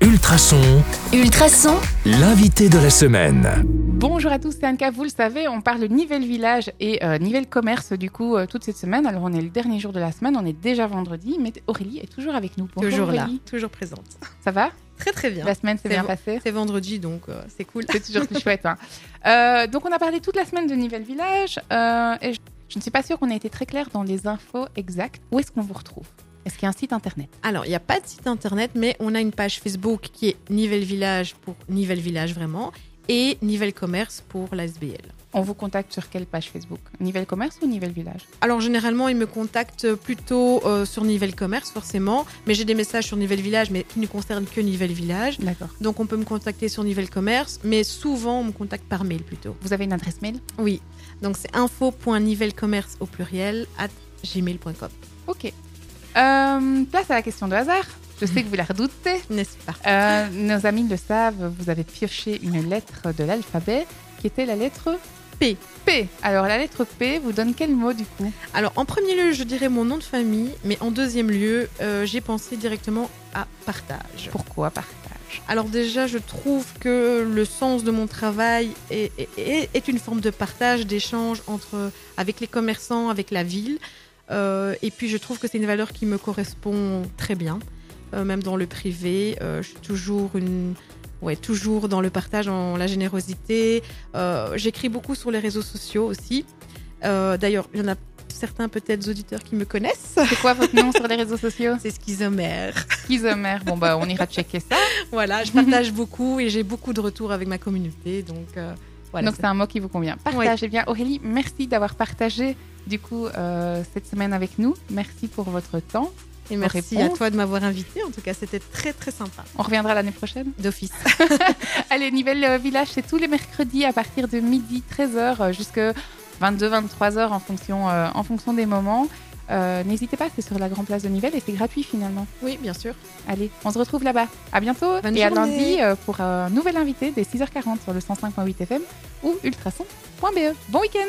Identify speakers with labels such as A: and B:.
A: Ultrason,
B: Ultrason,
A: l'invité de la semaine.
C: Bonjour à tous, c'est Anka. Vous le savez, on parle Nivelle Village et euh, Nivelle Commerce du coup euh, toute cette semaine. Alors on est le dernier jour de la semaine, on est déjà vendredi, mais Aurélie est toujours avec nous. Bonjour
D: toujours là,
C: Aurélie.
D: toujours présente.
C: Ça va
D: Très très bien.
C: La semaine s'est
D: C'est
C: bien
D: bon.
C: passée
D: C'est vendredi donc euh, c'est cool.
C: C'est toujours plus chouette. hein. Euh, donc on a parlé toute la semaine de Nivelle Village euh, et je, je ne suis pas sûre qu'on ait été très clair dans les infos exactes. Où est-ce qu'on vous retrouve Est-ce qu'il y a un site internet
D: Alors, il n'y a pas de site internet, mais on a une page Facebook qui est Nivelle Village pour Nivelle Village vraiment et Nivelle Commerce pour l'ASBL.
C: On vous contacte sur quelle page Facebook Nivelle Commerce ou Nivelle Village
D: Alors, généralement, ils me contactent plutôt euh, sur Nivelle Commerce, forcément, mais j'ai des messages sur Nivelle Village, mais qui ne concernent que Nivelle Village.
C: D'accord.
D: Donc, on peut me contacter sur Nivelle Commerce, mais souvent, on me contacte par mail plutôt.
C: Vous avez une adresse mail
D: Oui, donc c'est info.nivellecommerce au pluriel at gmail.com,
C: Ok. Euh, place à la question de hasard. Je sais que vous la redoutez.
D: n'est-ce pas
C: Euh, nos amis le savent, vous avez pioché une lettre de l'alphabet qui était la lettre
D: P.
C: P. Alors la lettre P vous donne quel mot du coup
D: Alors, en premier lieu, je dirais mon nom de famille, mais en deuxième lieu, euh, j'ai pensé directement à partage.
C: Pourquoi partage
D: Alors déjà, je trouve que le sens de mon travail est, est- est- est une forme de partage, d'échange entre avec les commerçants, avec la ville. Euh, et puis, je trouve que c'est une valeur qui me correspond très bien, Euh, même dans le privé. euh, je suis toujours une Ouais, toujours dans le partage, dans la générosité. Euh, J'écris beaucoup sur les réseaux sociaux aussi. Euh, D'ailleurs, il y en a certains peut-être auditeurs qui me connaissent.
C: C'est quoi votre nom sur les réseaux sociaux
D: C'est schizomère.
C: Schizomère. Bon bah on ira checker ça.
D: Voilà, je partage beaucoup et j'ai beaucoup de retours avec ma communauté. Donc, euh, voilà.
C: Donc c'est un mot qui vous convient. Partage. Eh bien Aurélie, merci d'avoir partagé du coup euh, cette semaine avec nous. Merci pour votre temps.
D: et merci à
C: réponses.
D: toi de m'avoir invité. En tout cas, c'était très, très sympa.
C: On reviendra l'année prochaine.
D: D'office.
C: Allez, Nivelle euh, Village, c'est tous les mercredis à partir de midi euh, 13h jusqu'à 22-23h en, fonction, euh, en fonction des moments. Euh, N'hésitez pas, c'est sur la Grand Place de Nivelles et c'est gratuit finalement.
D: Oui, bien sûr.
C: Allez, on se retrouve là-bas. À bientôt
D: Bonne
C: et à
D: journée.
C: lundi euh, pour un nouvel invité dès 6h40 sur le 105.8 FM ou ultrason.be. E. Bon week-end